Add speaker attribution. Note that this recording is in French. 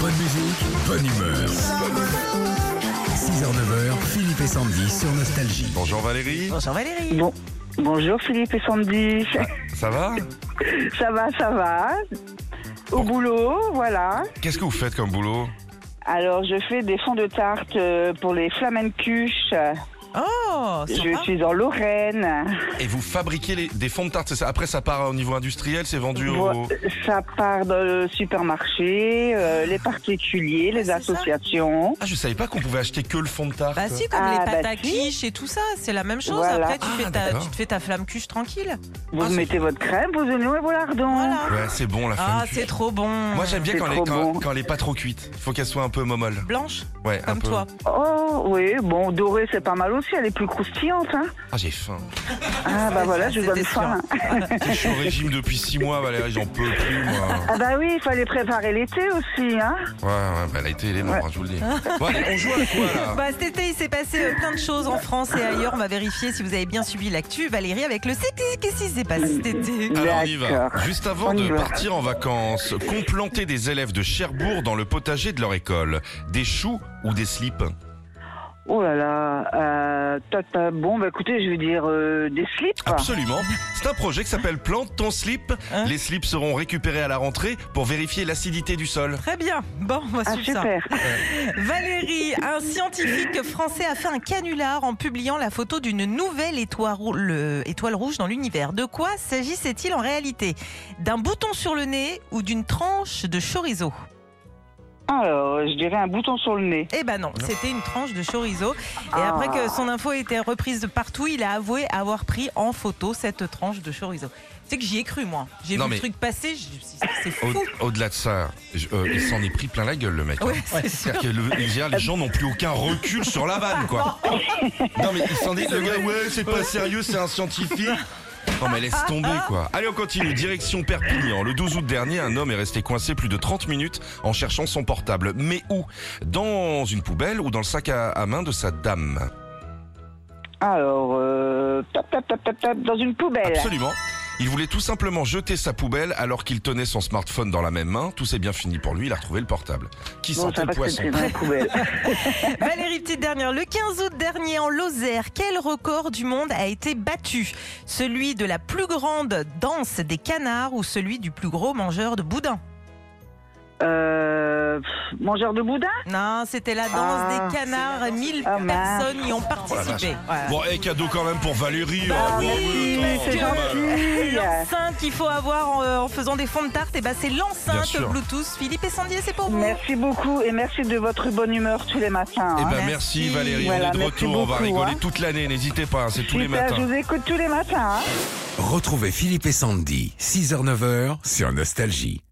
Speaker 1: Bonne musique, bonne humeur. 6h, 9h, Philippe et Sandy sur Nostalgie.
Speaker 2: Bonjour Valérie,
Speaker 3: Bonjour Valérie.
Speaker 4: Bon, bonjour Philippe et Sandy.
Speaker 2: ça va
Speaker 4: Ça va, ça va. Au boulot, voilà.
Speaker 2: Qu'est-ce que vous faites comme boulot
Speaker 4: Alors, je fais des fonds de tarte euh, pour les flamencuches.
Speaker 3: Oh,
Speaker 4: Je
Speaker 3: sympa.
Speaker 4: suis en Lorraine.
Speaker 2: Et vous fabriquez les- des fonds de tarte, c'est ça Après ça part au niveau industriel, c'est vendu
Speaker 4: Vo-
Speaker 2: au...
Speaker 4: Ça part dans le supermarché, euh, les particuliers, les
Speaker 3: Ah, c'est ça
Speaker 4: associations.
Speaker 2: Ah je savais pas qu'on pouvait acheter que le fond de tarte.
Speaker 3: Bah si, comme
Speaker 4: Ah,
Speaker 3: les
Speaker 4: bah
Speaker 3: pâtes à
Speaker 4: si.
Speaker 3: quiche et tout ça, c'est la même chose.
Speaker 4: Voilà.
Speaker 3: Après, tu,
Speaker 2: Ah,
Speaker 3: fais ta,
Speaker 2: d'accord.
Speaker 3: tu te fais ta flamme cuche tranquille.
Speaker 4: Vous
Speaker 2: Ah, c'est-
Speaker 4: mettez votre crème, vos oignons et vos lardons.
Speaker 3: Voilà.
Speaker 2: Ouais c'est bon la
Speaker 3: Ah,
Speaker 2: flamme cuite.
Speaker 3: c'est trop bon.
Speaker 2: Moi j'aime bien
Speaker 4: C'est
Speaker 2: quand elle, est,
Speaker 4: trop
Speaker 2: quand,
Speaker 4: bon.
Speaker 2: quand elle est pas trop cuite, faut qu'elle soit un peu momolle.
Speaker 3: Blanche,
Speaker 2: Ouais, un
Speaker 3: comme
Speaker 2: peu.
Speaker 3: toi.
Speaker 4: Oh, oui, bon, dorée, c'est pas mal aussi, elle est plus croustillante. Hein.
Speaker 2: Ah j'ai faim.
Speaker 4: Ah, bah voilà, je
Speaker 3: C'était
Speaker 4: donne
Speaker 3: sûr.
Speaker 4: faim.
Speaker 2: Je suis au régime depuis 6 mois Valérie, j'en peux plus moi.
Speaker 4: Ah, bah oui, il fallait préparer l'été aussi. Hein.
Speaker 2: Ouais, ouais, bah, elle a été les membres, hein, je vous le dis.
Speaker 3: Ah.
Speaker 2: Bon, allez, on joue à quoi là
Speaker 3: Bah, cet été, il s'est passé euh, plein de choses en France et ailleurs. On va vérifier si vous avez bien suivi l'actu, Valérie, avec le sexy. Qu'est-ce qui s'est passé cet été
Speaker 4: Ah.
Speaker 2: Alors on y va.
Speaker 4: D'accord.
Speaker 2: Juste avant
Speaker 4: On y
Speaker 2: de
Speaker 4: va.
Speaker 2: partir en vacances, qu'ont planté des élèves de Cherbourg dans le potager de leur école Des choux ou des slips
Speaker 4: Oh là là, euh, tac, tac. bon bah écoutez, je vais dire euh, des slips.
Speaker 2: Absolument. C'est un projet qui s'appelle Plante ton slip.
Speaker 3: Ah. Hein
Speaker 2: Les slips seront récupérés à la rentrée pour vérifier l'acidité du sol.
Speaker 3: Très bien. Bon, on va
Speaker 4: Ah
Speaker 3: suivre ça.
Speaker 4: super.
Speaker 3: Valérie, un scientifique français a fait un canular en publiant la photo d'une nouvelle étoile, rou- le- étoile rouge dans l'univers. De quoi s'agissait-il en réalité D'un bouton sur le nez ou d'une tranche de chorizo
Speaker 4: Alors, euh, je dirais un bouton sur le nez.
Speaker 3: Eh ben non, c'était une tranche de chorizo. Et
Speaker 4: Ah.
Speaker 3: après que son info ait été reprise de partout, il a avoué avoir pris en photo cette tranche de chorizo. C'est que j'y ai cru moi. J'ai vu
Speaker 2: Non, mais-
Speaker 3: le truc passer, je me suis dit, c'est fou.
Speaker 2: Au- Au-delà de ça, je- euh, il s'en est pris plein la gueule le mec. hein.
Speaker 3: Ouais, c'est sûr.
Speaker 2: C'est-à-dire que le- il gère, les gens n'ont plus aucun recul sur la vanne, quoi. Non, mais il s'en est. Le gars, ouais, c'est pas sérieux, c'est un scientifique. Non, mais laisse tomber, quoi. Allez, on continue. Direction Perpignan. Le 12 août dernier, un homme est resté coincé plus de 30 minutes en cherchant son portable. Mais où Dans une poubelle ou dans le sac à, à main de sa dame
Speaker 4: Alors, euh, tap, tap, tap, tap, tap, dans une poubelle.
Speaker 2: Absolument. Il voulait tout simplement jeter sa poubelle alors qu'il tenait son smartphone dans la même main. Tout s'est bien fini pour lui, il a retrouvé le portable. Qui
Speaker 4: Bon,
Speaker 2: sentait
Speaker 4: ça
Speaker 2: le
Speaker 4: va que
Speaker 2: poisson
Speaker 4: c'était dans la poubelle.
Speaker 3: Valérie, petite dernière. Le 15 août dernier, en Lozère, quel record du monde a été battu Celui de la plus grande danse des canards ou celui du plus gros mangeur de boudin
Speaker 4: Euh, pff, mangeur de boudin
Speaker 3: Non, c'était la danse
Speaker 4: Ah,
Speaker 3: des canards. 1000
Speaker 4: Ah, mince.
Speaker 3: personnes y ont participé. Voilà.
Speaker 2: Bon, et cadeau quand même pour Valérie.
Speaker 3: Bah
Speaker 2: hein.
Speaker 3: oui,
Speaker 2: Bon, oui,
Speaker 3: mais
Speaker 2: attends,
Speaker 4: Ah
Speaker 3: Ah,
Speaker 4: C'est gentil.
Speaker 3: L'enceinte qu'il faut avoir en, euh, en faisant des fonds de tarte, et ben c'est
Speaker 2: Bien
Speaker 3: l'enceinte
Speaker 2: sûr.
Speaker 3: Bluetooth. Philippe et Sandy, c'est pour vous.
Speaker 4: Merci beaucoup et merci de votre bonne humeur tous les matins.
Speaker 2: Eh
Speaker 4: hein.
Speaker 2: ben merci,
Speaker 3: Merci.
Speaker 2: Valérie,
Speaker 4: Voilà,
Speaker 2: on est de
Speaker 4: merci
Speaker 2: retour, on va
Speaker 4: beaucoup,
Speaker 2: rigoler
Speaker 4: hein.
Speaker 2: toute l'année, n'hésitez pas, hein, c'est tous les
Speaker 4: Super,
Speaker 2: matins.
Speaker 4: je vous écoute tous les matins. hein.
Speaker 1: Retrouvez Philippe et Sandy, 6h, 9h sur Nostalgie.